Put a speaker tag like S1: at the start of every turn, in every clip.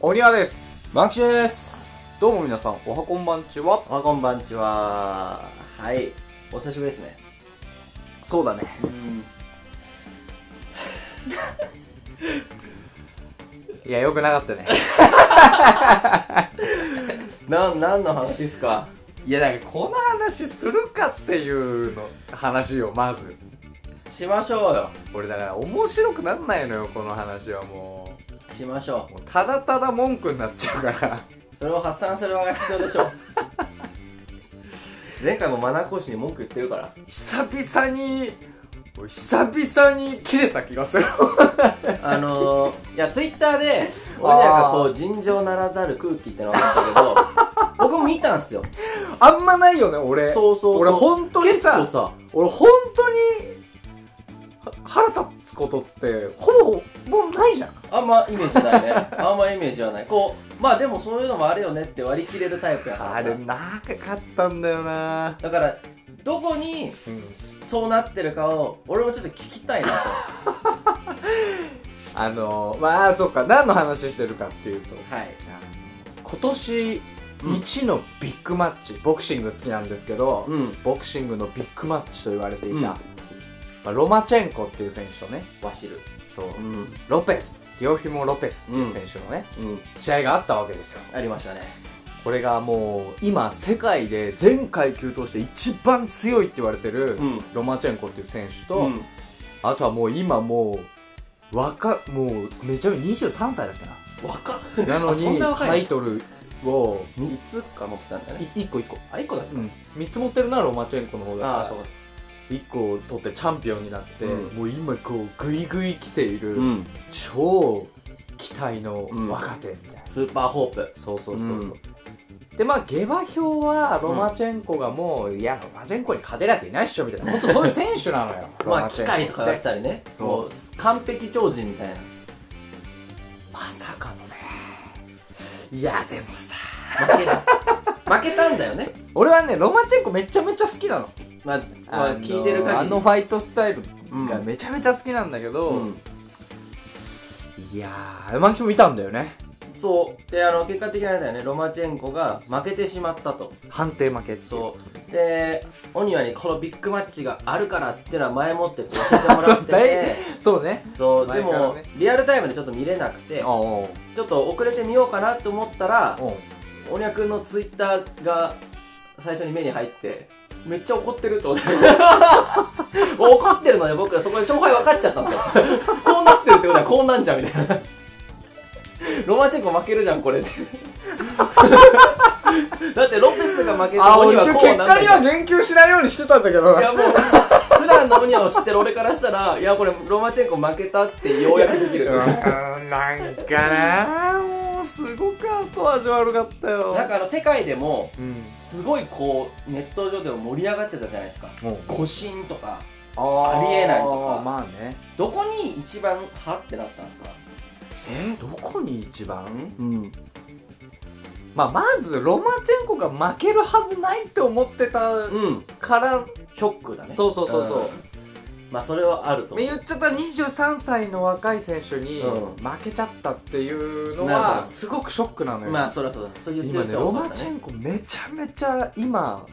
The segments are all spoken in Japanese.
S1: 森屋です
S2: マキシです
S1: どうも皆さんおはこんばんちは
S2: あこんばんちははいお久しぶりですね
S1: そうだね
S2: うん
S1: いやよくなかったね
S2: な何の話ですか
S1: いやなんかこの話するかっていうの話よまず
S2: しましょうよ
S1: 俺だから面白くなんないのよこの話はも
S2: しましょ
S1: うもうただただ文句になっちゃうから
S2: うそれを発散する場が必要でしょう 前回もマナー講師に文句言ってるから
S1: 久々に俺久々に切れた気がす る
S2: あの ー、いやツイッターで俺らがこう尋常ならざる空気ってのがあった けど僕も見たんすよ
S1: あんまないよね俺
S2: そうそうそう
S1: 俺本当にさ
S2: 結構さ
S1: 俺本当には腹立つことってほぼほぼないじゃん
S2: あんまイメージないねあんまイメージはないこうまあでもそういうのもあるよねって割り切れるタイプやからさ
S1: あれ長かったんだよな
S2: だからどこにそうなってるかを俺もちょっと聞きたいなと
S1: あのまあそっか何の話してるかっていうと
S2: はい
S1: 今年一のビッグマッチ、ボクシング好きなんですけど、
S2: うん
S1: ボクシングのビッグマッチと言われていた、
S2: うん
S1: まあ、ロマチェンコっていう選手とね
S2: わしる
S1: そう、
S2: うん
S1: ロペスディオフィモ・ロペスっていう選手のね、
S2: うん
S1: 試合があったわけですよ
S2: ありましたね
S1: これがもう今世界で全階級として一番強いって言われてる、
S2: うん
S1: ロマチェンコっていう選手と、
S2: うん
S1: あとはもう今もう若もうめちゃめちゃ23歳だっけ
S2: 若っ
S1: ななの
S2: あそん
S1: に
S2: な若いの
S1: タイトルを
S2: 3つか持ってたんだね
S1: 1個1個、
S2: あ一個だっ
S1: うん、3つ持ってるなロマチェンコの方
S2: け
S1: だ
S2: ああ
S1: か
S2: そう
S1: ら1個取ってチャンピオンになって、
S2: うん
S1: もう今こうグイグイ来ている、
S2: うん
S1: 超期待の
S2: うん
S1: 若手みたいな、
S2: スーパーホープ
S1: そうそうそうそう、でまあ下馬評はロマチェンコがもう、いやロマチェンコに勝てるやついないっしょみたいな 本当そういう選手なのよ
S2: まあ機械とかやって
S1: さ
S2: たりね
S1: そう
S2: もう完璧超人みたいな
S1: まさかのねいやでもさ
S2: 負けた負けたんだよね
S1: 俺はねロマチェンコめちゃめちゃ好きなの、
S2: まあまあ
S1: の
S2: 聞いてる
S1: あ
S2: 限り
S1: のファイトスタイル
S2: うん
S1: がめちゃめちゃ好きなんだけど、
S2: うん
S1: いやーマキシもいたんだよね
S2: そうであの結果的にあれだよねロマチェンコが負けてしまったと
S1: 判定負けっていう
S2: そうでオニワにこのビッグマッチがあるからっていうのは前もってこう教えてもらっ
S1: そう
S2: てて
S1: 大そうね
S2: そうで
S1: 前から
S2: も、
S1: ね
S2: リアルタイムでちょっと見れなくて
S1: おう
S2: ちょっと遅れてみようかなと思ったら
S1: おう
S2: オニワ君のツイッターが最初に目に入ってめっちゃ怒ってると 怒ってるので僕はそこで勝敗分かっちゃったんですよこうなってるってことはこうなんじゃんみたいなロマチェンコ負けるじゃんこ れってだってロペスが負けて
S1: あ
S2: オ
S1: 俺
S2: ニワ
S1: 一
S2: こ
S1: 応結
S2: うなんな
S1: 果
S2: い
S1: に
S2: じゃ
S1: は
S2: ん
S1: 言及しないようにしてたんだけど
S2: いやもう、普段のオニオンを知ってる俺からしたら、いやこれロマチェンコ負けたってようやくできる。なん
S1: うんなんかなもうすごく後味悪かったよ
S2: かあの世界でも、
S1: うん
S2: すごいこう、ネット上でも盛り上がってたじゃないですか。
S1: もう
S2: 誤信とか、
S1: あ
S2: ありえないとか
S1: まあね
S2: どこに一番はってなったんですか
S1: えーどこに一番
S2: うん。
S1: まあまずロマチェンコが負けるはずないって思ってた
S2: うん。
S1: から、
S2: ショックだね。
S1: そうそうそうそう、
S2: まあそれはあると思う。
S1: 言っちゃったら23歳の若い選手に
S2: うん
S1: 負けちゃったっていうの
S2: なるほ
S1: は
S2: ど
S1: すごくショックなのよ、
S2: まあそりゃそうだ。そういう
S1: 今ねロマチェンコめちゃめちゃ今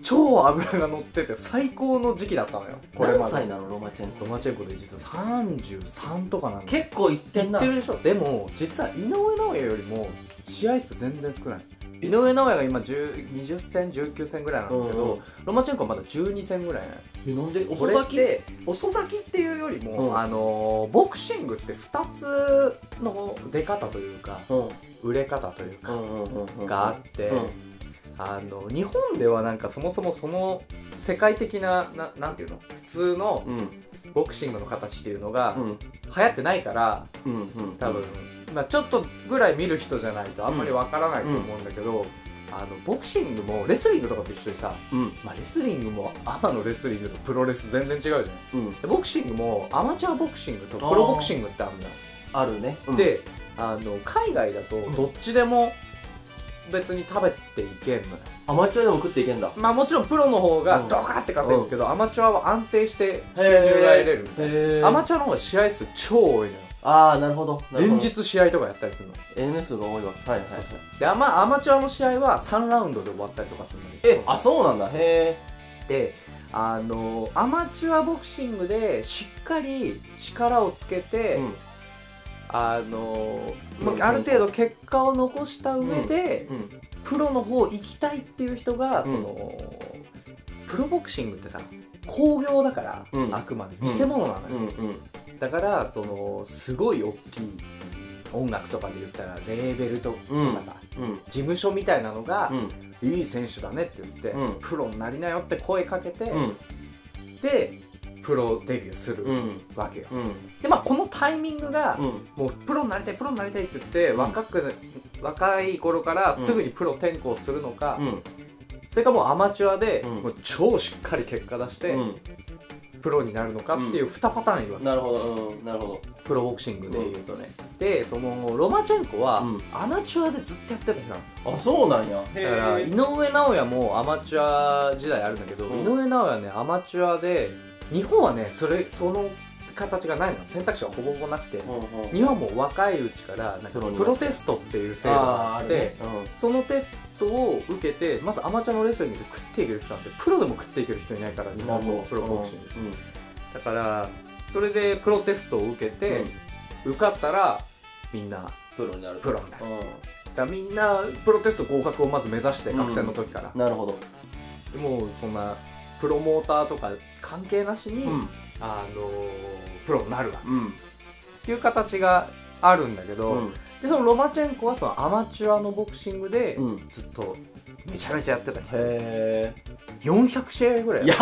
S1: 超脂が乗ってて最高の時期だったのよこれ
S2: 何
S1: まで
S2: 歳なのロマチェンコ
S1: ロ。マチェンコで実は33とかなんで
S2: 結構いって
S1: 言っ
S2: んな
S1: て。るでしょでも実は井上尚弥よりも試合数全然少ない井上尚弥が今10 20戦19戦ぐらいなんだけど、
S2: うん
S1: ロマチェンコはまだ12戦ぐらいなのよ
S2: えなんで
S1: こ
S2: 遅
S1: れっ
S2: 咲き
S1: て遅咲きっていうよりも、
S2: うん
S1: あのーボクシングって2つの出方というか
S2: うん。
S1: 売れ方という
S2: う
S1: か、
S2: んうんうんうん。
S1: があって、
S2: うん。
S1: あの日本ではなんかそもそもその世界的なななんていうの普通の
S2: うん。
S1: ボクシングの形っていうのが
S2: うん。
S1: 流行ってないから
S2: うんうん
S1: 多分、まあ、ちょっとぐらい見る人じゃないとあんまりわからないと思うんだけど、あのボクシングもレスリングとかと一緒にさ、
S2: うん
S1: まあ、レスリングもアマのレスリングとプロレス全然違うじゃん
S2: うん
S1: でボクシングもアマチュアボクシングとプロボクシングってあるんだよ
S2: あるね、
S1: であの海外だとどっちでも別に食べていけんのよ
S2: アマチュアでも食っていけんだ
S1: まあもちろんプロの方
S2: う
S1: が
S2: ん
S1: ドカって稼ぐけど、アマチュアは安定して収入が得れるみたいなアマチュアの方が試合数超多いのよ
S2: ああなるほどなるほ
S1: 連
S2: ど
S1: 日試合とかやったりするの
S2: N 数が多いわはいはいはい
S1: でアマアマチュアの試合は3ラウンドで終わったりとかするのよ
S2: えあそうなんだへ
S1: であのアマチュアボクシングでしっかり力をつけて、
S2: えうん
S1: あの
S2: うん
S1: まあ、ある程度結果を残した上で、
S2: うん
S1: プロの方行きたいっていう人が、
S2: ん
S1: そのプロボクシングってさ興行だから、
S2: うん
S1: あくまで
S2: うん
S1: 見せ物なの
S2: う
S1: よ、
S2: んうん
S1: だからそのすごい大きい音楽とかで言ったらレーベルとかさ、
S2: うん
S1: 事務所みたいなのが、
S2: うん
S1: いい選手だねって言って、
S2: うん
S1: プロになりなよって声かけて、
S2: うん
S1: でプロデビューする
S2: うん
S1: わけよ、
S2: うん
S1: でまあこのタイミングが、
S2: うん
S1: もうプロになりたいプロになりたいって言って若く若い頃からすぐにプロ転向するのか、
S2: うん
S1: それかもうアマチュアで、
S2: うん
S1: もう超しっかり結果出して、
S2: う
S1: プロになるのかっていう2パターンいるわ
S2: ん
S1: け、
S2: なるほどうんなるほど
S1: プロボクシングでいうとね、でそのロマチェンコは、
S2: うん
S1: アマチュアでずっとやってた人なの
S2: あそうなんや
S1: だから
S2: へ
S1: 井
S2: ー
S1: 上尚弥もアマチュア時代あるんだけど、
S2: うん
S1: 井上尚弥はねアマチュアで日本はねそれその形がないの選択肢がほぼほぼなくて、
S2: うんうん
S1: 日本も若いうちからなんか
S2: プロになる
S1: プロテストっていう制度が
S2: あ
S1: あ
S2: ー
S1: っ
S2: あ
S1: て
S2: れねうん
S1: そのテストを受けてまずアマチュアのレスリングで食っていける人なんてプロでも食っていける人いないから日本のプロボクシング、だからそれでプロテストを受け
S2: うん
S1: て
S2: うん、
S1: 受かったらみんな
S2: プロになる
S1: プロになる
S2: う
S1: だからみんなプロテスト合格をまず目指して学生の時から
S2: ん、なるほど
S1: でもそんなプロモーターとか関係なしに、
S2: うん
S1: あのプロになるわ
S2: うん
S1: っていう形があるんだけど、
S2: うん
S1: でそのロマチェンコはそのアマチュアのボクシングで
S2: うんへ
S1: ずっとめちゃめちゃやってた人
S2: え
S1: 400試合ぐらい
S2: や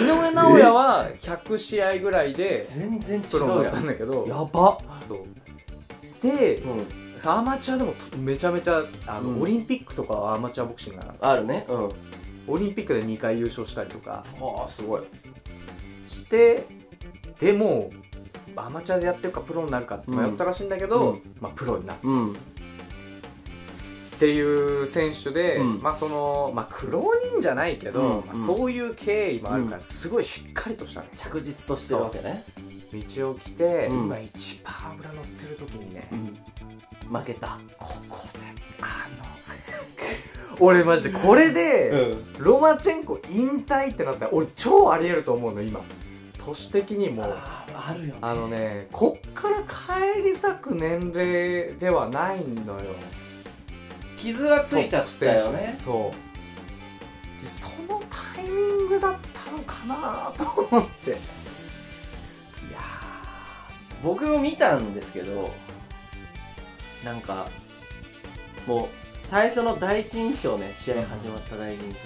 S1: 井上尚弥は100試合ぐらいで
S2: 全然違
S1: プロ
S2: う
S1: に
S2: や
S1: なったん
S2: ん
S1: だけど
S2: やば
S1: そうで
S2: うん
S1: アマチュアでもめちゃめちゃあの、
S2: うん
S1: オリンピックとかはアマチュアボクシングなの
S2: あるねうん
S1: オリンピックで2回優勝したりとか
S2: はあすごい
S1: してでもアマチュアでやってるかプロになるかって迷ったらしいんだけど、
S2: うん
S1: まあ、プロになっ
S2: うん
S1: ていう選手で、
S2: うん
S1: まあその、まあ、苦労人じゃないけど、
S2: うん
S1: まあ、
S2: うん
S1: そういう経緯もあるか
S2: う
S1: らすごいしっかりとした、ね
S2: 着実としてるわけね
S1: 道を来て、
S2: うん
S1: 今一番脂乗ってる時にね、
S2: うん負けた
S1: ここであの 俺マジでこれで、
S2: ん
S1: ロマチェンコ引退ってなったら俺超ありえると思うの今都市的にも
S2: あーあるよね
S1: あのねこっから返り咲く年齢ではないのよ
S2: 傷がついちゃったよね
S1: そうでそのタイミングだったのかなと思っていや
S2: 僕も見たんですけどなんかもう最初の第一印象ね試合始まった第一印象、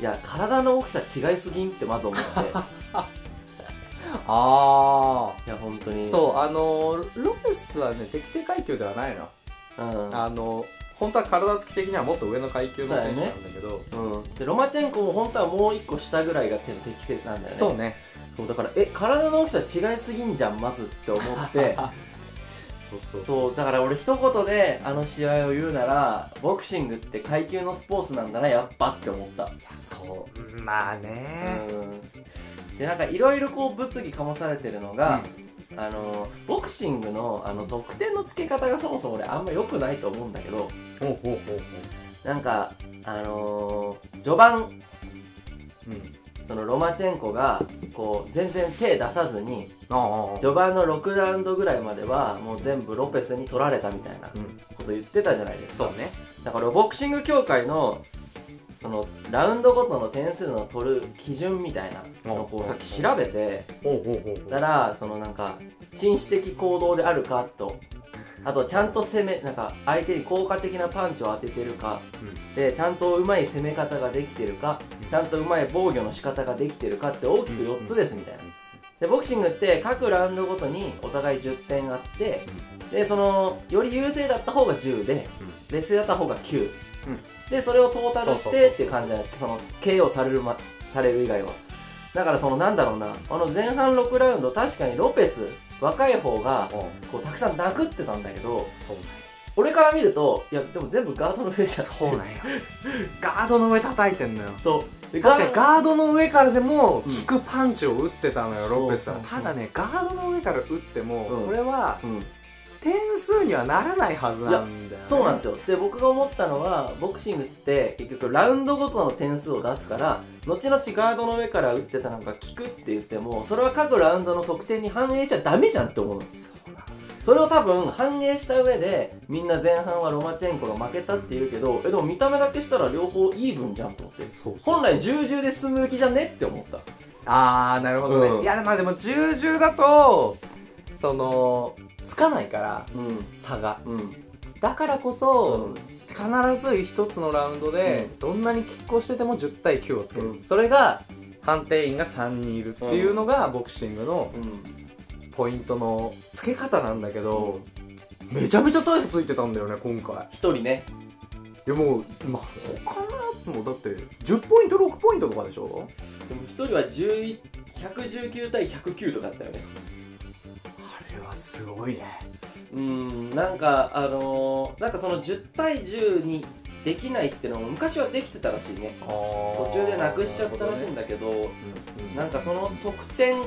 S2: いや体の大きさ違いすぎんってまず思って
S1: ーあ
S2: いや本当に
S1: ーそうあのロペスはね適正階級ではないの、
S2: うん、
S1: あの本当は体つき的にはもっと上の階級の選手なんだけど
S2: うん、でロマチェンコも本当はもう一個下ぐらいが手の適正なんだよね
S1: そうね
S2: そうだからえ体の大きさ違いすぎんじゃんまずって思って
S1: そうそう
S2: そうだから俺一言であの試合を言うならボクシングって階級のスポーツなんだなやっぱって思った
S1: いやそうまあね、
S2: うんでなんかいろいろこう物議かもされてるのが、あのボクシングのあの得点の付け方がそもそも俺あんま良くないと思うんだけど
S1: ほうほうほうほ
S2: なんかあのー序盤
S1: ううん
S2: そのロマチェンコがこう全然手出さずに
S1: あああ
S2: 序盤の6ラウンドぐらいまではもう全部ロペスに取られたみたいな
S1: うん
S2: こと言ってたじゃないですか
S1: そうね
S2: だからボクシング協会のそのラウンドごとの点数の取る基準みたいなのをこうさっき調べて
S1: ほうほうほう
S2: たらそのなんか紳士的行動であるかとあとちゃんと攻めなんか相手に効果的なパンチを当ててるか、
S1: うん
S2: でちゃんとうまい攻め方ができてるか、
S1: うん
S2: ちゃんとうまい防御の仕方ができてるかって大きく4つですみたいな、
S1: うん
S2: でボクシングって各ラウンドごとにお互い10点あってでそのより優勢だった方が10で、劣勢だった方が9、
S1: うん
S2: でそれをトータルし
S1: そうそうそう
S2: てっていう感じじゃないその KO される,、ま、される以外はだからそのなんだろうなあの前半6ラウンド確かにロペス若い方が
S1: うん
S2: こうたくさん殴ってたんだけど
S1: そうね
S2: 俺か ら見るといやでも全部ガードの上じゃん
S1: そうなんよガードの上叩いてんのよ
S2: そうで
S1: 確かに
S2: ガ
S1: ガードの上からでも
S2: うん
S1: 効くパンチを打ってたのよ、ロペスさん
S2: そうそうそ
S1: た
S2: う
S1: だねガードの上から打っても、
S2: うん
S1: それは
S2: うん
S1: 点数にはならないはずなんだよ、ね、
S2: そうなんですすよで僕が思ったのはボクシングって結局ラウンドごとの点数を出すから後々ガードの上から打ってたのが効くって言ってもそれは各ラウンドの得点に反映しちゃダメじゃんって思うのそれを多分反映した上でみんな前半はロマチェンコが負けたって言うけどえでも見た目だけしたら両方イーブンじゃんと思って
S1: そうそう
S2: 本来重々で進む気じゃねって思った
S1: ああなるほどね、
S2: うん
S1: いやまあでも重々だとそのつかないから
S2: うん
S1: 差が
S2: うん
S1: だからこ
S2: う
S1: そ、
S2: ん
S1: 必ず1つのラウンドで、どんなに拮抗してても10対9をつける、
S2: うん
S1: それが判定員が3人いるっていうのがボクシングのポイントの付け方なんだけど、めちゃめちゃ大差ついてたんだよね今回
S2: 一人ね
S1: いやもう、まあ、他のやつもだって10ポイント6ポイントとかでしょ
S2: でも一人は11 119対109とかだったよね
S1: あれはすごいね
S2: うんなんかあのーなんかその10対10にできないっていうのも昔はできてたらしいね途
S1: 途
S2: 中でなくしちゃったらしいんだけどなんかその得点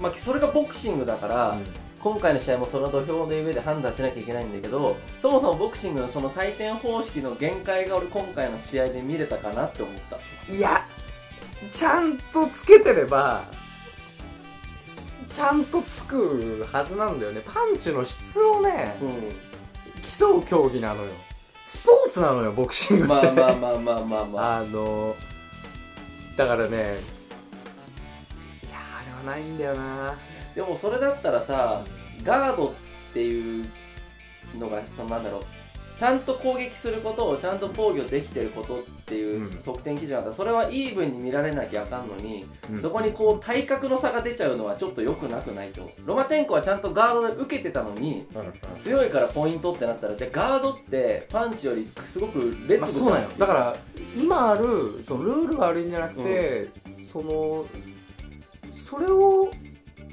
S2: まあそれがボクシングだから、今回の試合もその土俵の上で判断しなきゃいけないんだけどそもそもボクシングのその採点方式の限界が俺今回の試合で見れたかなって思った
S1: いやちゃんとつけてればすちゃんとつくはずなんだよねパンチの質をね
S2: う
S1: 競う競技なのよスポーツなのよボクシングっ
S2: ん
S1: て、
S2: まあまあまあまあまあまあ
S1: あのだからねいやあれはないんだよな
S2: でもそれだったらさガードっていうのがそのなんだろうちゃんと攻撃することをちゃんと防御できてることっていう
S1: うん
S2: 得点基準があったらそれはイーブンに見られなきゃあかんのに、
S1: うん
S2: そこにこう体格の差が出ちゃうのはちょっと良くなくないとロマチェンコはちゃんとガードで受けてたのに強いからポイントってなったらじゃあガードってパンチよりすごく
S1: ま
S2: 劣後
S1: あ、そうなんよだから今あるそのルールが悪いんじゃなくて、そのそれを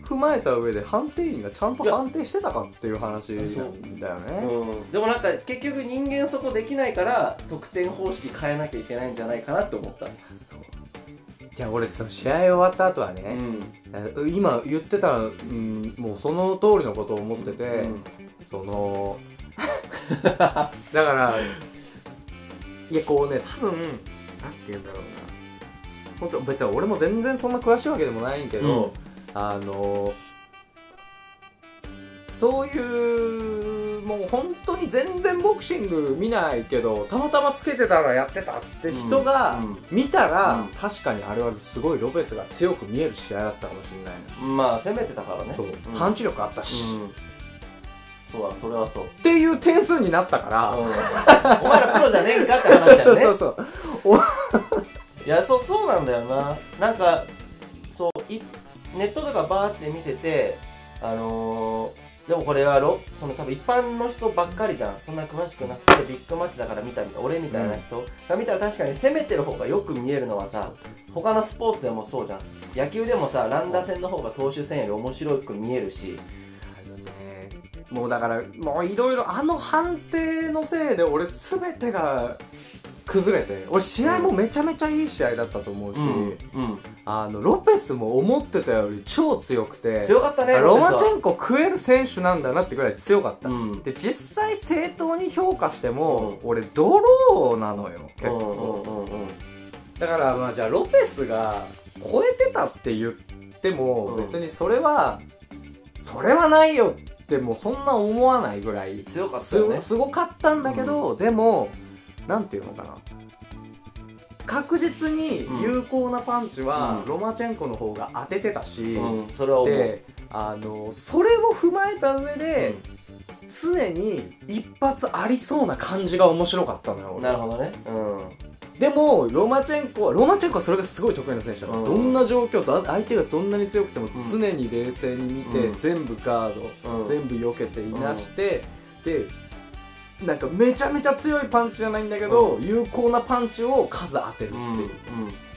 S1: 踏まえた上で判定員がちゃんと
S2: いや
S1: 判定してたかっていう話なんだよね
S2: うん、でもなんか結局人間そこできないから得点方式変えなきゃいけないんじゃないかなって思った、
S1: じゃあ俺その試合終わった後はね、今言ってた、うん、もうその通りのことを思ってて、
S2: うん
S1: その だからいやこうね多分なんて言うんだろうな本当別に俺も全然そんな詳しいわけでもないんけど、
S2: うん
S1: あのそういうもう本当に全然ボクシング見ないけどたまたまつけてたらやってたって人が
S2: うん
S1: 見たら、
S2: うん
S1: 確かにあれはすごいロペスが強く見える試合だったかもしれない
S2: まあ攻めてたから
S1: な、
S2: ね
S1: そう、
S2: ん
S1: パンチ力あったし、
S2: うんそうだそれはそう、
S1: っていう点数になったから、
S2: お前らプロじゃねえんかって話だよね
S1: そうそうそう
S2: いやそうそうなんだよななんかそういネットとかバーって見ててあのーでもこれはロその多分一般の人ばっかりじゃんそんな詳しくなくてビッグマッチだから見たみたい俺みたいな人が見たら確かに攻めてる方がよく見えるのはさ他のスポーツでもそうじゃん野球でもさ乱打戦の方が投手戦より面白く見えるし
S1: あのねもうだからもういろいろあの判定のせいで俺全てが崩れて俺試合もめちゃめちゃいい試合だったと思うし、
S2: うん
S1: あのロペスも思ってたより超強くて
S2: 強かったね
S1: ロマチ
S2: ペ
S1: ェンコ食える選手なんだなってぐらい強かっ
S2: ス
S1: た、
S2: はうん
S1: で実際正当に評価しても、
S2: う
S1: 俺ドローなのよ結
S2: う
S1: 構、
S2: んうんうんうん
S1: だからまあじゃあロペスが超えてたって言っても
S2: うん
S1: 別にそれは、それはないよってもうそんな思わないぐらい
S2: 強かった
S1: す
S2: よ
S1: ご,、
S2: ね
S1: すごかったんだけど、でもなんていうのかな確実に有効なパンチは
S2: うん
S1: ロマチェンコの方が当ててたし、
S2: うんそれは思う
S1: であのそれを踏まえた上で、常に一発ありそうな感じが面白かったのよ俺
S2: なるほどねうん
S1: でもロマチェンコはロマチェンコはそれがすごい得意な選手だ、
S2: うん
S1: どんな状況とあ相手がどんなに強くても常に冷静に見て、
S2: うん
S1: 全部ガード、
S2: うん
S1: 全部避けていなして、でなんかめちゃめちゃ強いパンチじゃないんだけど、有効なパンチを数当てるっていう、
S2: うん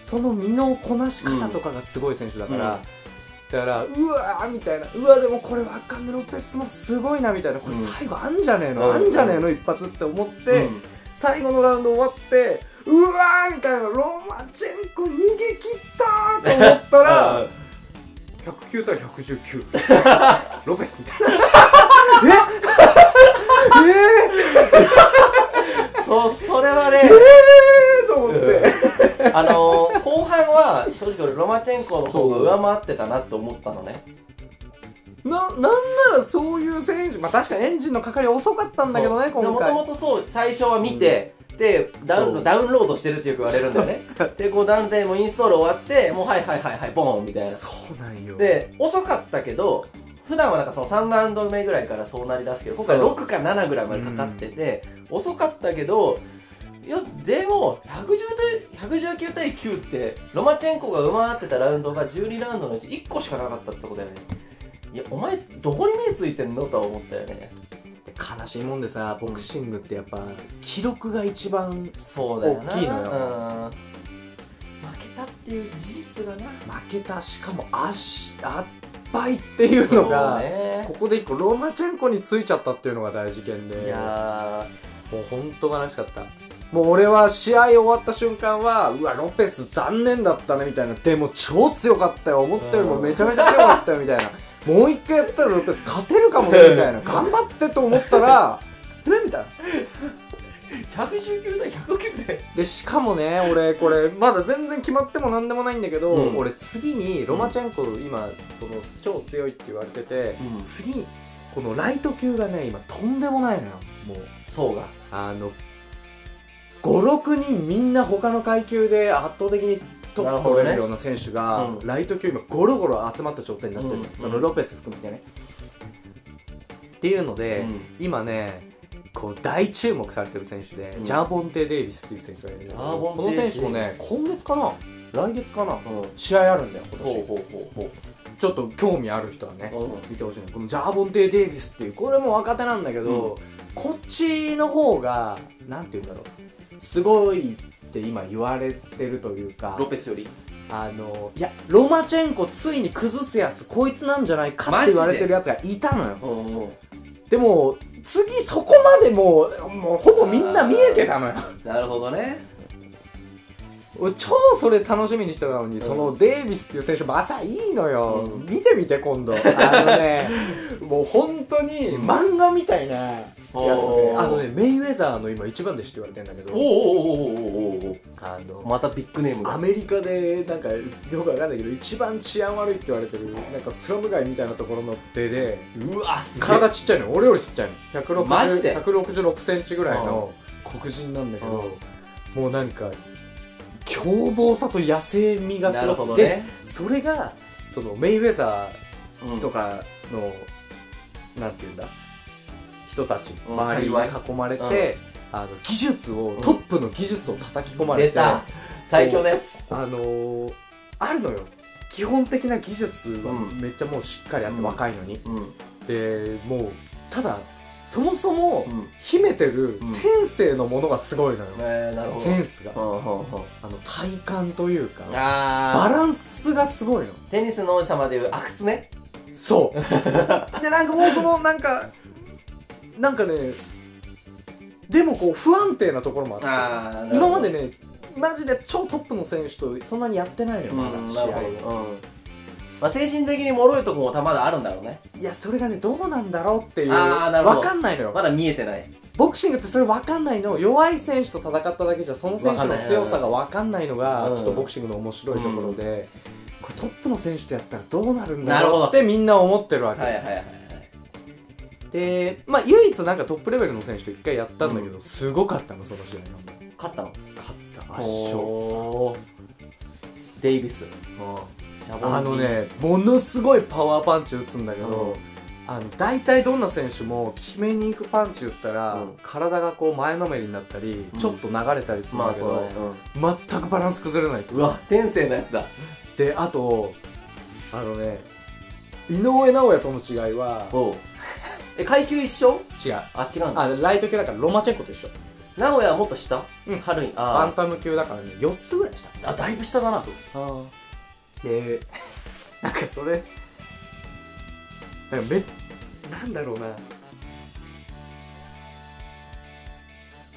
S1: その身のこなし方とかがすごい選手だから、
S2: うん
S1: だからうわーみたいなうわでもこれワカンデ・ロペスもすごいなみたいなこれ
S2: うん
S1: 最後あんじゃねえの、
S2: うん
S1: あんじゃねえの一発って思って。
S2: で
S1: 最後のラウンド終わってうわーみたいなロマチェンコ2と思ったら
S2: うん
S1: 109対119 ロペスみたいなええ
S2: そうそれはね
S1: ええと思って、
S2: あのー後半は正直俺ロマチェンコの方が上回ってたなと思ったのね
S1: ななんならそういう選手まあ確かにエンジンのかかり遅かったんだけどね今
S2: もと
S1: 回
S2: もとそう最初は見て、でダウ
S1: そ
S2: ン
S1: う
S2: ダウンロードしてるってよく言われるんだよねでこうダウンでもうインストール終わってもうはいはいはいはいボーンみたいな
S1: そうなんよ
S2: で遅かったけど普段はなんかその3ラウンド目ぐらいからそうなりだすけど今回
S1: そう
S2: 6か7ぐらいまでかかってて、遅かったけどいやでも110対119対9ってロマチェンコが上回ってたラウンドが12ラウンドのうち1個しかなかったってことだよねいやお前どこに目ついてんのとは思ったよね
S1: 悲しいもんでさボクシングってやっぱ記録が一番
S2: そうだよな
S1: 大きいのよ
S2: うん負けたっていう事実がな
S1: 負けたしかも足あっぱいっていうのが
S2: そうね
S1: ここで一個ロマチェンコについちゃったっていうのが大事件で
S2: いや
S1: もう本当悲しかったもう俺は試合終わった瞬間はうわロペス残念だったねみたいなでも超強かったよ思ったよりもめちゃめちゃ強かったよみたいなもう一回やったらロペス勝てるかもねみたいな頑張ってと思ったら えみたいな
S2: ー119対109で
S1: でしかもね俺これまだ全然決まっても何でもないんだけど、
S2: うん
S1: 俺次にロマチェンコ今その超強いって言われてて、
S2: うん
S1: 次にこのライト級がね今とんでもないのよもう
S2: そうが
S1: あの56人みんな他の階級で圧倒的にトップ取れるような選手
S2: な
S1: が、
S2: るほどねうん
S1: ライト級今ゴロゴロ集まった状態になってる、
S2: うん
S1: そのロペス含めてね、っていうので、
S2: うん
S1: 今ねこう大注目されてる選手で、
S2: うん
S1: ジャーボンテ・デイビスっていう選手がいるんだけ
S2: ジャー
S1: ど
S2: ボン
S1: この
S2: テデイビ
S1: 選手
S2: ス
S1: もね今月かな来月かな
S2: うん
S1: 試合あるんだよ今
S2: ほ
S1: 年
S2: うほうほうほう
S1: ちょっと興味ある人はね
S2: う
S1: 見てほしいのこのジャーボンテ・デイビスっていうこれも若手なんだけど、こっちの方がなんて言うんだろうすごいって今言われてるというか
S2: ロペスより
S1: あのいやロマチェンコついに崩すやつこいつなんじゃないかっ
S2: マ
S1: て
S2: ジで
S1: 言われてるやつがいたのよ
S2: うんうん
S1: でも次そこまでもうもうほぼみんな見えてたのよ
S2: なるほどね
S1: 俺超それ楽しみにしてたのに、
S2: ん
S1: そのデイビスっていう選手またいいのよ、
S2: うん
S1: 見てみて今 度あのねもう本当に漫画みたいなやつで、
S2: おー
S1: あのねメイウェザーの今一番弟子って言われてんだけ
S2: お
S1: ど
S2: おおおおおお
S1: あの
S2: またビッグネーム
S1: ア
S2: が
S1: メリカでなんかよくわかんないけど一番治安悪いって言われてるなんかスラム街みたいなところの出で
S2: うわすげえ
S1: 体ちっちゃいの俺よりちっちゃいの
S2: マジ
S1: 160
S2: で
S1: 166センチぐらいの黒人なんだけどもうなんか凶暴さと野生味が
S2: な
S1: す
S2: る
S1: ご
S2: ほ
S1: く
S2: ど
S1: て、
S2: ね
S1: それがそのメイウェザ
S2: う
S1: ー
S2: ん
S1: とかの、なんていうんだ人たち
S2: うん
S1: 周りに囲まれて、あの技術を、
S2: ん
S1: トップの技術を叩き込まれ
S2: 出
S1: て
S2: た最強のやつ
S1: あのーあるのよ基本的な技術は
S2: うん
S1: めっちゃもうしっかりあって、
S2: うん
S1: 若いのに
S2: うんう
S1: でもうただそもそも
S2: ん
S1: 秘めてる
S2: うん
S1: 天性のものがすごいのよ、
S2: えーなるほど
S1: センスが
S2: うんうんうん
S1: あの体感というかバ
S2: あ
S1: ランスがすごいの
S2: ーテニスの王子様でいう阿久津ね
S1: そう でなんかもうそのなんかなんかねでもこう不安定なところもあっ
S2: あ
S1: て今までねマジで超トップの選手とそんなにやってないのよ
S2: うん
S1: まだ
S2: な
S1: 試
S2: る
S1: 合
S2: ほどうんまあ精神的に脆いとこもたまだあるんだろうね
S1: いやそれがねどうなんだろうっていう
S2: あーなるほど
S1: わかんないのよ
S2: まだ見えてない
S1: ボクシングってそれわかんないの弱い選手と戦っただけじゃその選手の強さがわかんないのが
S2: うん
S1: ちょっとボクシングの面白いところで、これトップの選手とやったらどうなるんだ
S2: なるほ
S1: ろ
S2: ど
S1: うってみんな思ってるわけ、
S2: はいはいはいはい
S1: で、まあ、唯一なんかトップレベルの選手と一回やったんだけど、
S2: う
S1: すごかったのその試合なんだ
S2: 勝ったの
S1: 勝った圧勝
S2: おーデイビスジャボン
S1: あのねものすごいパワーパンチ打つんだけど、あの大体どんな選手も決めに行くパンチ打ったら、
S2: うん
S1: 体がこう前のめりになったり、
S2: うん
S1: ちょっと流れたりするん
S2: ま
S1: だ
S2: あ
S1: け
S2: そ
S1: ど、
S2: うだね
S1: 全くバランス崩れないって
S2: うんうわ天性のやつだ
S1: であとあのね井上尚弥との違いは
S2: おうえ階級一緒
S1: 違う
S2: あ違うんだ
S1: あライト級だからロマチェンコと一緒
S2: 名古屋はもっと下
S1: うん
S2: 軽い
S1: バ
S2: あ
S1: ンタム級だからね4つぐらいした
S2: ーあだいぶ下だな
S1: あでなんかそれなんかめなんだろうな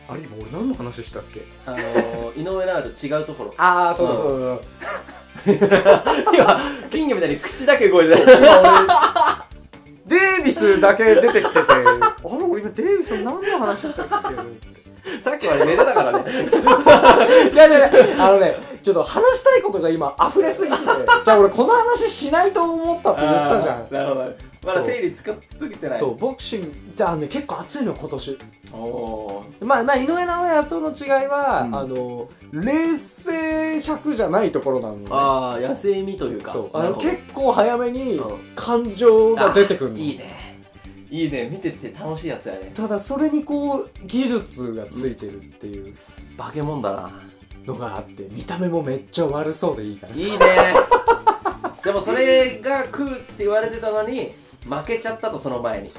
S1: あれ今俺何の話したっけ
S2: あのー井上尚弥と違うところ
S1: ああ
S2: そうだそう
S1: だ
S2: 今、金魚みたいに口だけ動いてた。
S1: デイビスだけ出てきてて、 あれ俺今デイビスの何の話したっけ
S2: さっきまで寝てたから ね。
S1: いやいやいや、あのね、ちょっと話したいことが今溢れすぎて、じゃあ俺この話しないと思ったって言ったじゃん
S2: あー。なるほど。まだ整理つかすぎてな い。
S1: そう、ボクシング、じゃあね、結構熱いの今年。
S2: おお
S1: まあ、まあ、井上尚弥との違いは、
S2: うん
S1: あの、冷静100じゃないところなの
S2: ー。
S1: で、
S2: ああ、野生味というか。
S1: そうあ
S2: なる
S1: の
S2: ほど
S1: 結構早めに
S2: うん
S1: 感情が出てくるの。
S2: いいね。いいね。見てて楽しいやつやね。
S1: ただそれにこう技術がついてるっていう
S2: 化け物だな。
S1: のがあって見た目もめっちゃ悪そうでいいから
S2: いいね。 でもそれが食うって言われてたのに、負けちゃったと、その前に。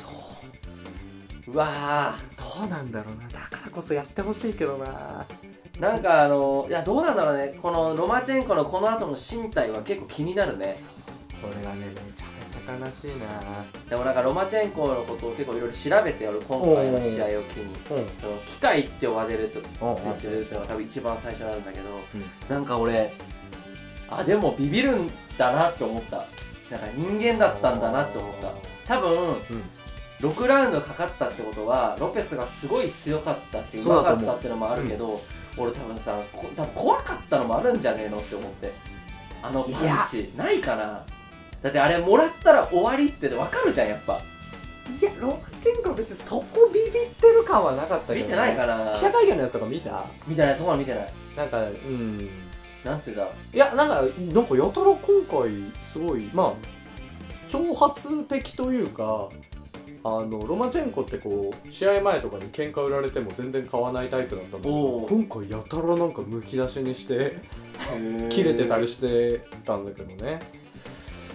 S2: うわ
S1: どうなんだろうなだからこそやってほしいけどな
S2: ーなんかあのいやどうなんだろうねこのロマチェンコのこの後の身体は結構気になるね
S1: これがねめちゃめちゃ悲しいな
S2: でもなんかロマチェンコのことを結構いろいろ調べて俺今回の試合を機に
S1: うん
S2: その機械って呼ばれると
S1: うん
S2: 言ってるっていうのが多分一番最初なんだけど、
S1: うん
S2: なんか俺あでもビビるんだなって思ったなんか人間だったんだなって思った多分6ラウンドかかったってことはロペスがすごい強かったしう
S1: そうだ
S2: まか
S1: と思う
S2: ったってのもあるけど、俺多分さこ多分怖かったのもあるんじゃねえのって思ってあの
S1: い
S2: パ
S1: や
S2: ンチないかなだってあれもらったら終わりって分かるじゃんやっぱ
S1: いやロマチェンコは別にそこビビってる感はなかったけど
S2: 見てないからな
S1: 記者会見のやつとか見た
S2: 見てないそこは見てない
S1: なんかうん
S2: なんつうんだろう
S1: いやなんかなんかやたら今回すごいまあ挑発的というかあのロマチェンコってこう試合前とかに喧嘩売られても全然買わないタイプだったんだけど
S2: おう
S1: 今回やたらなんかむき出しにして
S2: へ ー
S1: 切れてたりしてたんだけどね
S2: へー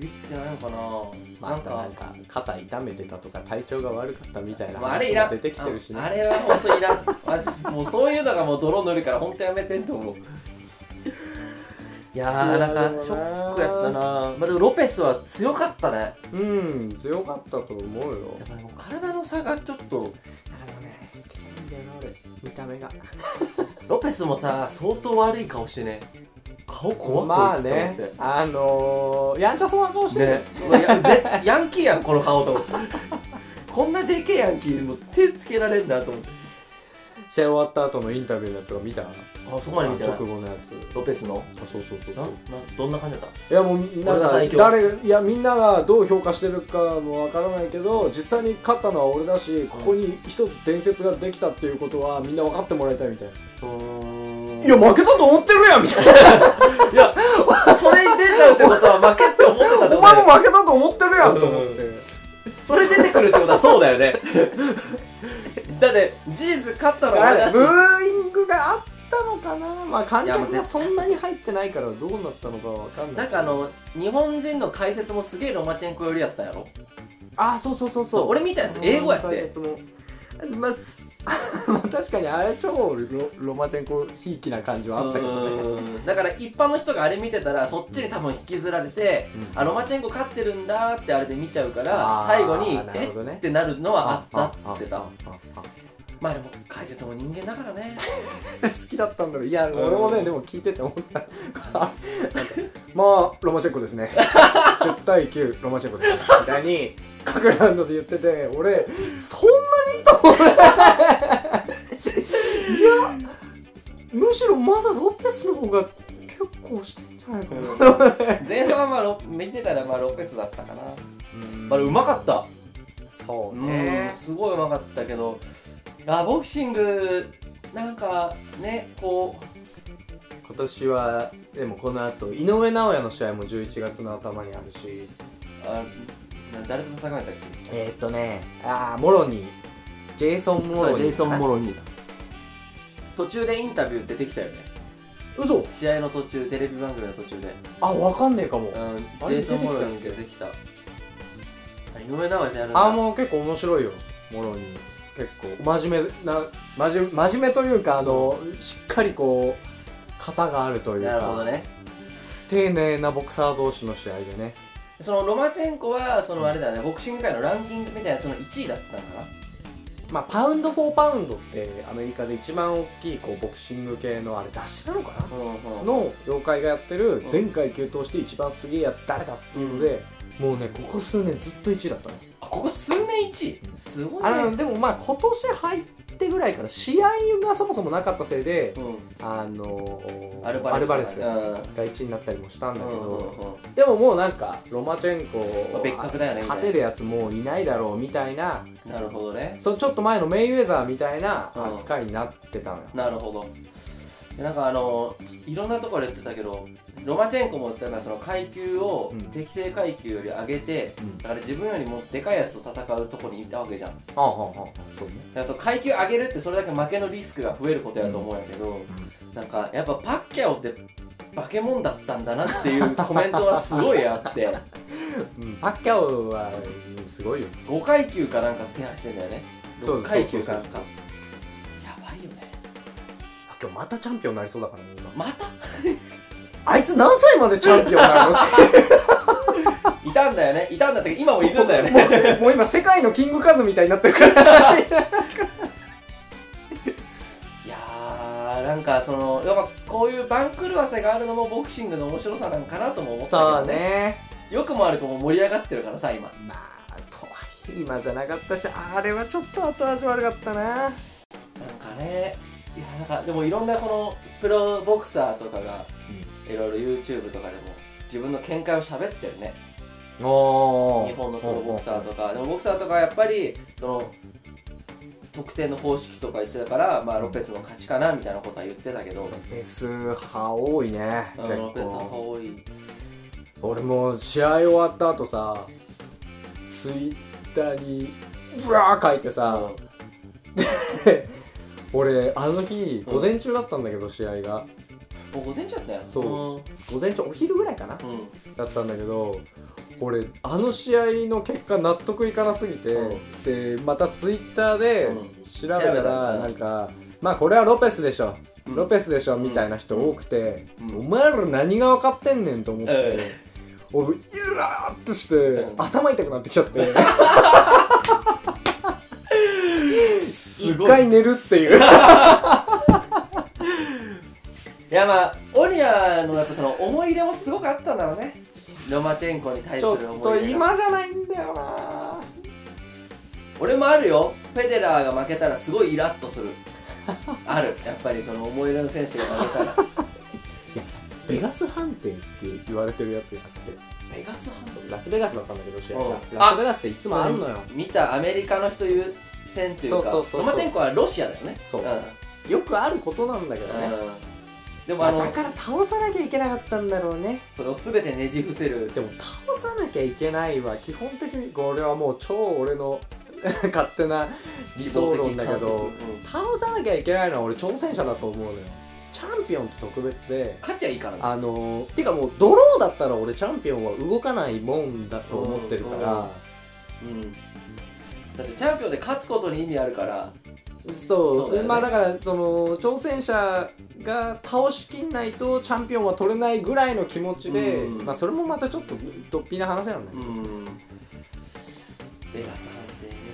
S2: ビビってないのかな
S1: ま
S2: なん
S1: たな
S2: か
S1: んか肩痛めてたとか体調が悪かったみたいな
S2: まああれ
S1: 話
S2: いら
S1: が
S2: ん
S1: 出てきてるし
S2: ああ
S1: ね
S2: れは本当いらん私もうそういうのがもう泥塗るから本当やめてんと思ういやーなんかショックやったなまあでもロペスは強かったねや
S1: うん強かったと思うよ
S2: っぱりもう体の差がちょっと
S1: あのね好きじゃないんだよな俺見た目が
S2: ロペスもさ相当悪い顔してね顔怖
S1: ま
S2: こ
S1: あ
S2: いつと思っ
S1: ね
S2: て
S1: あのー、やんちゃそうな顔してる、
S2: ねやぜヤンキーやんこの顔と思ってこんなでけえヤンキーにも手つけられんだと思って
S1: 試合終わった後のインタビューのやつが見た
S2: あそこまで見てない
S1: 直後のやつ
S2: ロペスの
S1: あそうそうそうそ
S2: なな
S1: う
S2: どんな感じだっ
S1: いやもうなん
S2: 俺が
S1: か
S2: 最強
S1: 誰いやみんながどう評価してるかもわからないけど実際に勝ったのは俺だしここに一つ伝説ができたっていうことはみんな分かってもらいたいみたいな
S2: た
S1: いや負けたと思ってるやんみたいない
S2: や、それに出ちゃうってことは負けって思ってたって
S1: お
S2: こと
S1: 前
S2: だ
S1: も
S2: よ
S1: 負けたと思ってるやんと思って
S2: それ出てくるってことはそうだよね。だって、事実勝ったのは俺だし
S1: ブ。ーイングがあったのかなまあ観
S2: いやも
S1: 客
S2: う絶
S1: が
S2: 対
S1: そんなに入ってないからどうなったのかわかんない
S2: なんかあの、日本人の解説もすげえロマチェンコ寄りやったやろ。
S1: あそうそうそう
S2: そう、俺見たやつ英語やって。
S1: てまあす まあ確かにあれ超ロロマチェンコひいきな感じはあったけどね
S2: うんだから一般の人があれ見てたらそっちに多分引きずられて、
S1: うん
S2: あロマチェンコ勝ってるんだってあれで見ちゃうから
S1: あー
S2: 最後に
S1: なる
S2: え
S1: ほどね
S2: ってなるのはあったっつってた
S1: あ ああ
S2: まあでも解説も人間だからね
S1: あ好きだったんだろういや
S2: ん
S1: 俺もねでも聞いてて思ったなんかまあロマチェンコですね10対9ロマチェンコですねみたいに各ラウンドで言ってて俺そんなにいいと思ういやむしろまだロペスの方が結構してんじゃないかな
S2: 前半はまあロ見てたらまあロペスだったかな
S1: うん
S2: まあでもうまかった
S1: そう
S2: うん
S1: ね
S2: すごいうまかったけどあボクシングなんかねこ
S1: 今年はでもこの後井上尚弥の試合も11月の頭にあるし
S2: うあな誰と戦われたっけ
S1: えー、っとねああモロニージェイソン・モロニー
S2: ロニーだ途中でインタビュー出てきたよね
S1: 嘘
S2: 試合の途中テレビ番組の途中で、
S1: あわかんねえかも
S2: うん、ジ
S1: あ
S2: ェ
S1: れ
S2: イソン・モロニー出てきたあ井上尚弥でやるんだ
S1: あーもう結構面白いよモロニー結構真面目な真面目真面目というかあのしっかりこう型があるというか
S2: なるほどね
S1: 丁寧なボクサー同士の試合でね
S2: そのロマチェンコはそのあれだよねボクシング界のランキングみたいなやつの1位だったのかな
S1: まあ、パウンド・フォー・パウンドってアメリカで一番大きいこうボクシング系のあれ雑誌なのかな
S2: うんうん
S1: の妖怪がやってる全階級通して一番すげえやつ誰だっていうので、もうねここ数年ずっと1位だったの、
S2: あここ数年1位すごいね
S1: あのでもまあ今年入ってぐらいから試合がそもそもなかったせいで
S2: うん
S1: あのー
S2: アルバレス
S1: ス
S2: うん
S1: が
S2: うんうん
S1: 1位になったりもしたんだけど、
S2: うん
S1: でももうなんかロマチェンコ、
S2: まあ別格だよねみたいな
S1: 勝てるやつもういないだろうみたいな
S2: なるほどね
S1: そのちょっと前のメイウェザーみたいな扱いになってたのよ、
S2: なるほどでなんかあのいろんなところで言ってたけどロマチェンコもやっぱりその階級を
S1: うん
S2: 適正階級より上げて、
S1: うん
S2: だから自分よりもでかいやつと戦うとこにいたわけじゃんだか
S1: ああああああそうね
S2: らその階級上げるってそれだけ負けのリスクが増えることやと思うんやけど、なんかやっぱパッキャオって化け物だったんだなっていうコメントはすごいあって
S1: うん、パッキャオはうんすごいよ
S2: 5階級かなんか制覇してんだよね
S1: そう
S2: 6階級かなん
S1: そ
S2: かやばいよね
S1: あ今日またチャンピオンになりそうだからね今
S2: また
S1: あいつ何歳までチャンピオンなのっ
S2: いたんだよねいたんだって今 もいるんだよね
S1: てもう今世界のキングカズみたいになってるから
S2: いやーなんかそのやっぱこういう番狂わせがあるのもボクシングの面白さなんかなとも思ったけどね
S1: ね
S2: よくも悪くも盛り上がってるからさ今
S1: まあとはいえ今じゃなかったしあれはちょっと後味悪かったな
S2: なんかねいやなんかでもいろんなこのプロボクサーとかがいろいろ YouTube とかでも自分の見解を喋ってるね
S1: お
S2: 日本のプロボクサーとかでもボクサーとかはやっぱりその得点の方式とか言ってたから、まあ、ロペスの勝ちかなみたいなことは言ってたけど、
S1: ペス派多いね
S2: うん
S1: 結
S2: ロペスは
S1: 構
S2: 多い
S1: 俺もう試合終わった後さツイッターにうわー書いてさ、
S2: うん
S1: 俺あの日
S2: うん
S1: 午前中だったんだけど、試合が
S2: もう午前中だったよ
S1: そう午前中お昼ぐらいかな
S2: うん、うん
S1: だったんだけど俺あの試合の結果納得いかなすぎて、でまたツイッターで
S2: うん
S1: 調べた
S2: 調べ
S1: ら
S2: たら
S1: なんかまあこれはロペスでしょ、
S2: うん
S1: ロペスでしょみたいな人多くて、
S2: うん
S1: お前ら何が分かってんねんと思って、
S2: え
S1: 俺イラーっとして、
S2: うん
S1: 頭痛くなってきちゃって
S2: す
S1: 一
S2: ごい
S1: 回寝るっていう
S2: いやまあオニアのやっぱその思い入れもすごくあったんだろうねロマチェンコに対
S1: ち
S2: す
S1: ょっ
S2: る思
S1: と
S2: い入れが
S1: 今じゃないんだよな
S2: 俺もあるよフェデラーが負けたらすごいイラッとするあるやっぱりその思い入れの選手が負けたら
S1: ベガス判定って言われてるやつがあって
S2: ベガスハン
S1: ラスベガスだったんだけど試合
S2: うん
S1: がラスベガスっていつもあんのよ
S2: 見たアメリカの人優先という
S1: そうそ
S2: か
S1: うそうそう
S2: ロマチェンコはロシアだよね
S1: そう
S2: うん
S1: よくあることなんだけどね、
S2: でも
S1: ま
S2: あ
S1: あ、
S2: の
S1: だから倒さなきゃいけなかったんだろうね
S2: それを全てねじ伏せる
S1: でも倒さなきゃいけないは基本的にこれはもう超俺の 勝手な理想論だけど
S2: 観測うん
S1: 倒さなきゃいけないのは俺挑戦者だと思うのよチャンピオンって特別で
S2: 勝ってはいいからね
S1: あのー、てかもうドローだったら俺チャンピオンは動かないもんだと思ってるから、
S2: うんだってチャンピオンで勝つことに意味あるから
S1: そう
S2: そうだよね
S1: まあだからその挑戦者が倒しきんないとチャンピオンは取れないぐらいの気持ちで、
S2: うん
S1: まあそれもまたちょっと突飛な話なんだけど、
S2: うんベガス判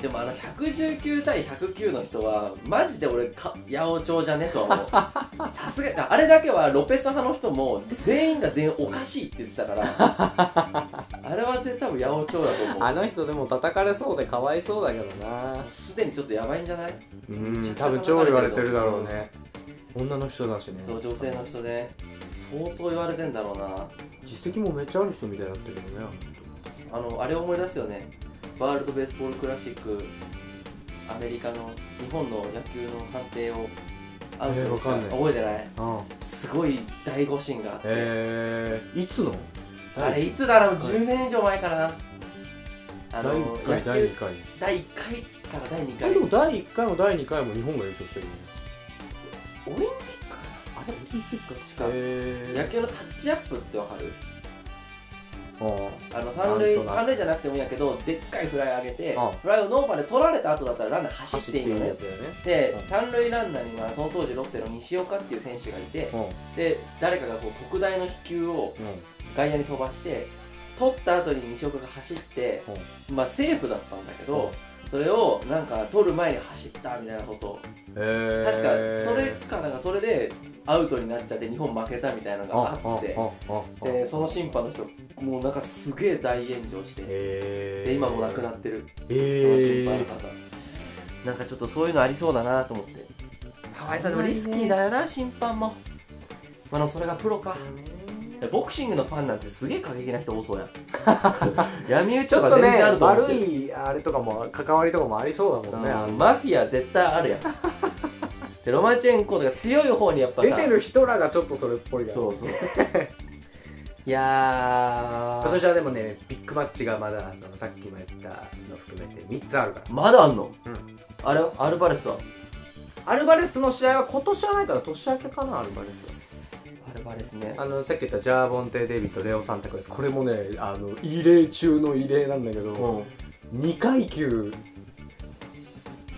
S2: 定でもあの119対109の人はマジで俺か八百長じゃねとは思うさすがあれだけはロペス派の人も全員が全員おかしいって言ってたからあれは絶対多分八百長だと思
S1: あ
S2: う
S1: の人でも叩かれそうでかわいそうだけどな
S2: すでにちょっとやばいんじゃない、
S1: うん
S2: 多分超言われてるだろう
S1: ね女の人だしね
S2: そう女性の人ね相当言われてんだろうな
S1: 実績もめっちゃある人みたいだったけどね
S2: あのあれ思い出すよねワールドベースボールクラシックアメリカの日本の野球の判定をアウトにした
S1: えーわかんない
S2: 覚えてない
S1: あ
S2: すごい大誤審があって、
S1: へえいつの
S2: あれいつだろう10年以上前からなあの野球
S1: 回
S2: 第1回から第2
S1: あ
S2: 回オ
S1: で
S2: リン
S1: も第1回も第2回も日本が優勝してるね
S2: ピックか
S1: あれオリンピック
S2: な違う
S1: へ
S2: 野球のタッチアップってわかる
S1: あ
S2: あの三塁
S1: なんとなく
S2: 三塁じゃなくてもいいんやけどでっかいフライ上げて
S1: ああ
S2: フライをノーパーで取られた後だったらランナー走っていいのね
S1: つだよね
S2: で
S1: うん
S2: 三塁ランナーにはその当時ロッテの西岡っていう選手がいてで誰かがこう特大の飛球を
S1: うんうん
S2: 外野に飛ばして取った後に西岡が走って、まあセーフだったんだけど、それをなんか取る前に走ったみたいなこと
S1: え
S2: 確かそれかなんかそれでアウトになっちゃって日本負けたみたいなのがあってでその審判の人もうなんかすげえ大炎上して
S1: え
S2: で今もう亡くなってるその
S1: え
S2: 審判の
S1: ー、
S2: 方なんかちょっとそういうのありそうだなと思ってかわいさでもリスキーだよな審判もまあでもそれがプロかボクシングのファンなんてすげえ過激な人多そうや ん闇討ち
S1: ち
S2: と
S1: ょっ
S2: か
S1: と
S2: 全
S1: ね
S2: 然あると思う
S1: 悪いあれとかも関わりとかもありそうだもんねあの
S2: マフィア絶対あるやんでロマチェンコとか強い方にやっぱさ
S1: 出てる人らがちょっとそれっぽいから
S2: そうそういや
S1: 今
S2: ー
S1: 年はでもねビッグマッチがまだそのさっきも言ったの含めて3つあるから
S2: まだあんの、
S1: うん
S2: あれアルバレスは
S1: アルバレスの試合は今年はないから年明けかなアルバレスは
S2: アルバレスね
S1: あのさっき言ったジャーボンテ・デイビッドレオ・サンタクですこれもねあの異例中の異例なんだけ
S2: う
S1: ど、
S2: ん
S1: 二2階級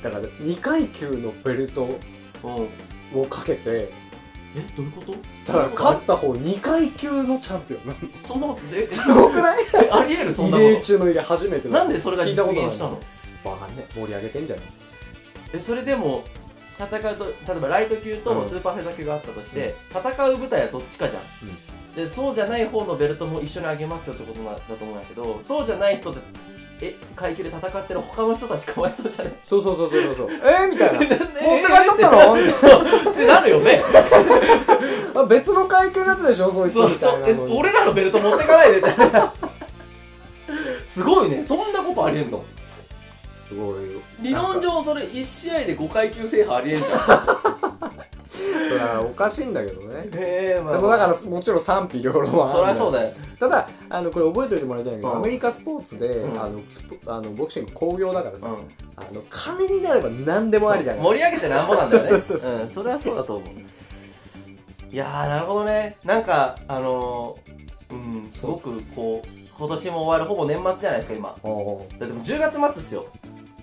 S1: だから2階級のベルト
S2: うん
S1: をかけて
S2: えどういうこと
S1: だから勝った方2階級のチャンピオンなの
S2: そんなことえ
S1: すごくない
S2: えありえるそ ん
S1: 異
S2: なこ
S1: 例中の異例初めて
S2: と
S1: だ
S2: なんでそれが
S1: 聞い
S2: 実
S1: たこと
S2: 現した
S1: ない
S2: の
S1: わかんねえ盛り上げてんじゃない
S2: えそれでも戦うと例えばライト級
S1: う
S2: と
S1: ん
S2: スーパーフェザー級があったとして、戦う舞台はどっちかじゃん、でそうじゃない方のベルトも一緒にあげますよってことなだと思うんやけどそうじゃない人でえ階級で戦ってる他の人たちかわいそうじゃない
S1: そうそうそうそうそうそう えー、みたいな持って帰っ
S2: え
S1: ちゃったのみたいな
S2: ってなるよね
S1: あ 別の階級のやつでしょそいつ
S2: そう
S1: み
S2: そ
S1: た
S2: う
S1: い
S2: え
S1: なのに
S2: 俺らのベルト持ってかないでってすごいねそんなことありえんの
S1: すごいよ
S2: 理論上それ1試合で5階級制覇ありえんじゃん
S1: それはおかしいんだけどね
S2: ええま
S1: でもだからもちろん賛否両論はある
S2: そりゃそう
S1: だ
S2: だよ
S1: ただあのこれ覚えておいてもらいたいんだけど、
S2: うん
S1: アメリカスポーツで、
S2: うん
S1: あのスポあのボクシング興行だからさ、
S2: うん
S1: あの金になれば何でもありじゃない
S2: 盛り上げてなんぼなんだよね
S1: そうそうそう
S2: うん、 それはそうだと思ういやーなるほどねなんかあのー、うんすごくこう今年も終わるほぼ年末じゃないですか今
S1: おお
S2: だってもう10月末っすよ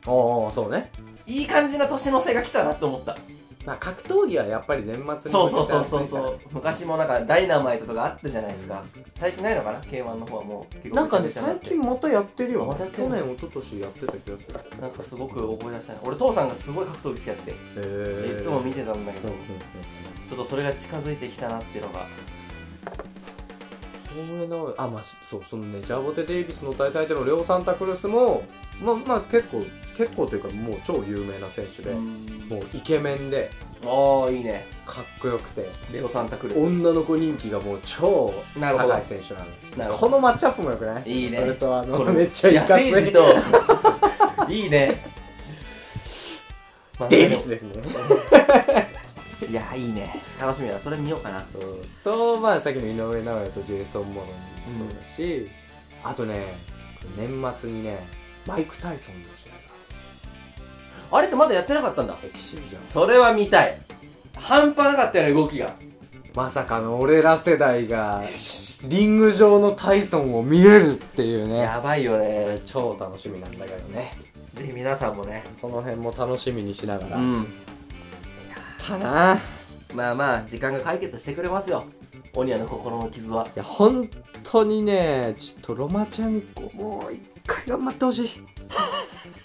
S1: おおそうね
S2: いい感じな年の瀬が来たなと思った
S1: まあ格闘技はやっぱり年末に向けて
S2: そうそうそうそう
S1: 暑いか
S2: そう 昔もなんかダイナマイトとかあったじゃないですか最近ないのかな k 1の方はもう結
S1: ら
S2: 構
S1: なんかね最近またやってるよ、
S2: ま
S1: ね
S2: たやって
S1: 去
S2: る
S1: 年一昨年やってた気がする
S2: なんかすごく覚え出したな俺父さんがすごい格闘技好きやってい
S1: へえ
S2: つも見てたんだけ
S1: うん
S2: ど
S1: うん
S2: ちょっとそれが近づいてきたなっていうのが
S1: うん、そうあまあそうそのねジャボテ・デイビスの対戦相手のレオ・サンタクルスもまあまあ結構結構というかもう超有名な選手で、もうイケメンで
S2: ああいいね
S1: かっこよくて
S2: レオサンタクルス
S1: 女の子人気がもう超
S2: なるほど
S1: 高い選手なの
S2: なるほ
S1: このマッチアップもよくない
S2: いいね
S1: それとあ
S2: ど
S1: のめっちゃいかつ
S2: 野生
S1: い
S2: 児といいねまあ
S1: デイビスですね
S2: いやいいね楽しみだそれ見ようかな
S1: そうとまあさっきの井上尚弥とジェイソン・モロンもそうだし、あとね年末にねマイク・タイソンの試合が
S2: あれってまだやってなかったんだ
S1: エキシビジョン
S2: それは見たい半端なかったよね動きが
S1: まさかの俺ら世代がリング上のタイソンを見れるっていうね
S2: やばいよね
S1: 超楽しみなんだけどね
S2: ぜひ皆さんもね
S1: その辺も楽しみにしながら、
S2: ん
S1: かなあい
S2: まあまあ時間が解決してくれますよオニアの心の傷は
S1: や本当にねちょっとロマチェンコもう一回頑張ってほしい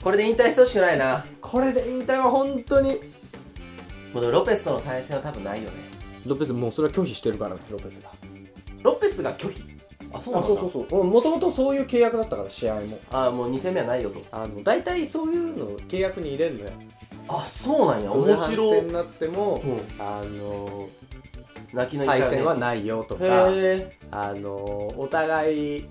S2: これで引退してほしくないな
S1: これで引退は本当に
S2: もうでもロペスとの再戦は多分ないよね
S1: ロペスもうそれは拒否してるからねロペスが
S2: ロペスが拒否あそうなんだ
S1: そうそうもともとそういう契約だったから試合も
S2: あもう2戦目はないよと
S1: あの大体そういうのを契約に入れんのよ
S2: あそうなんや
S1: どれ
S2: 面
S1: 判
S2: 白
S1: 定
S2: い
S1: になっても
S2: うん
S1: あの
S2: 泣きの
S1: 再戦は
S2: ね
S1: ないよとか、
S2: へ
S1: あのお互い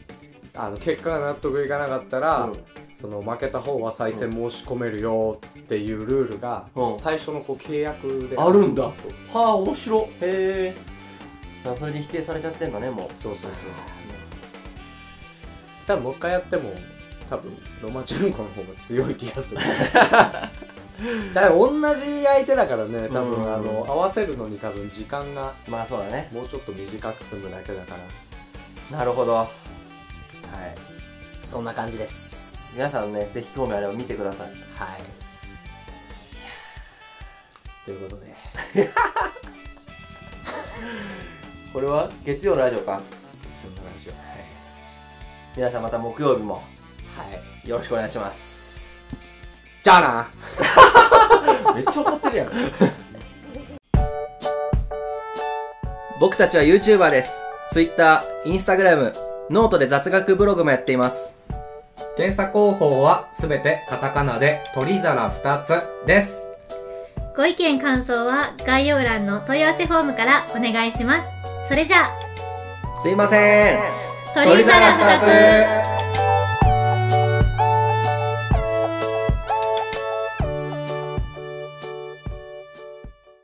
S1: あの結果が納得いかなかったら、
S2: ー
S1: その負けた方は再戦申し込めるよっていうルールが、
S2: うん
S1: 最初のこう契約で
S2: あるんだ
S1: そう
S2: はあ面白いへえそれで否定されちゃってんだねもう
S1: そうそう多分もう一回やっても多分ロマチェンコの方が強い気がす るだから同じ相手だからね多分、
S2: うん
S1: あの合わせるのに多分時間が
S2: まあそうだね
S1: もうちょっと短く済むだけだから
S2: なるほどはい
S1: そんな感じです
S2: 皆さんねぜひ興味あれば見てください
S1: はい。ということで、
S2: これは月曜のラジオか
S1: そんな感じを。
S2: 皆さんまた木曜日も
S1: はい。
S2: よろしくお願いします
S1: じゃあな
S2: めっちゃ怒ってるやん僕たちは YouTuber です Twitter、Instagram、ノートで雑学ブログもやっています
S1: 検査方法はすべてカタカナで鳥皿2つです
S3: ご意見感想は概要欄の問い合わせフォームからお願いしますそれじゃあ
S2: すいません
S3: 鳥皿2つ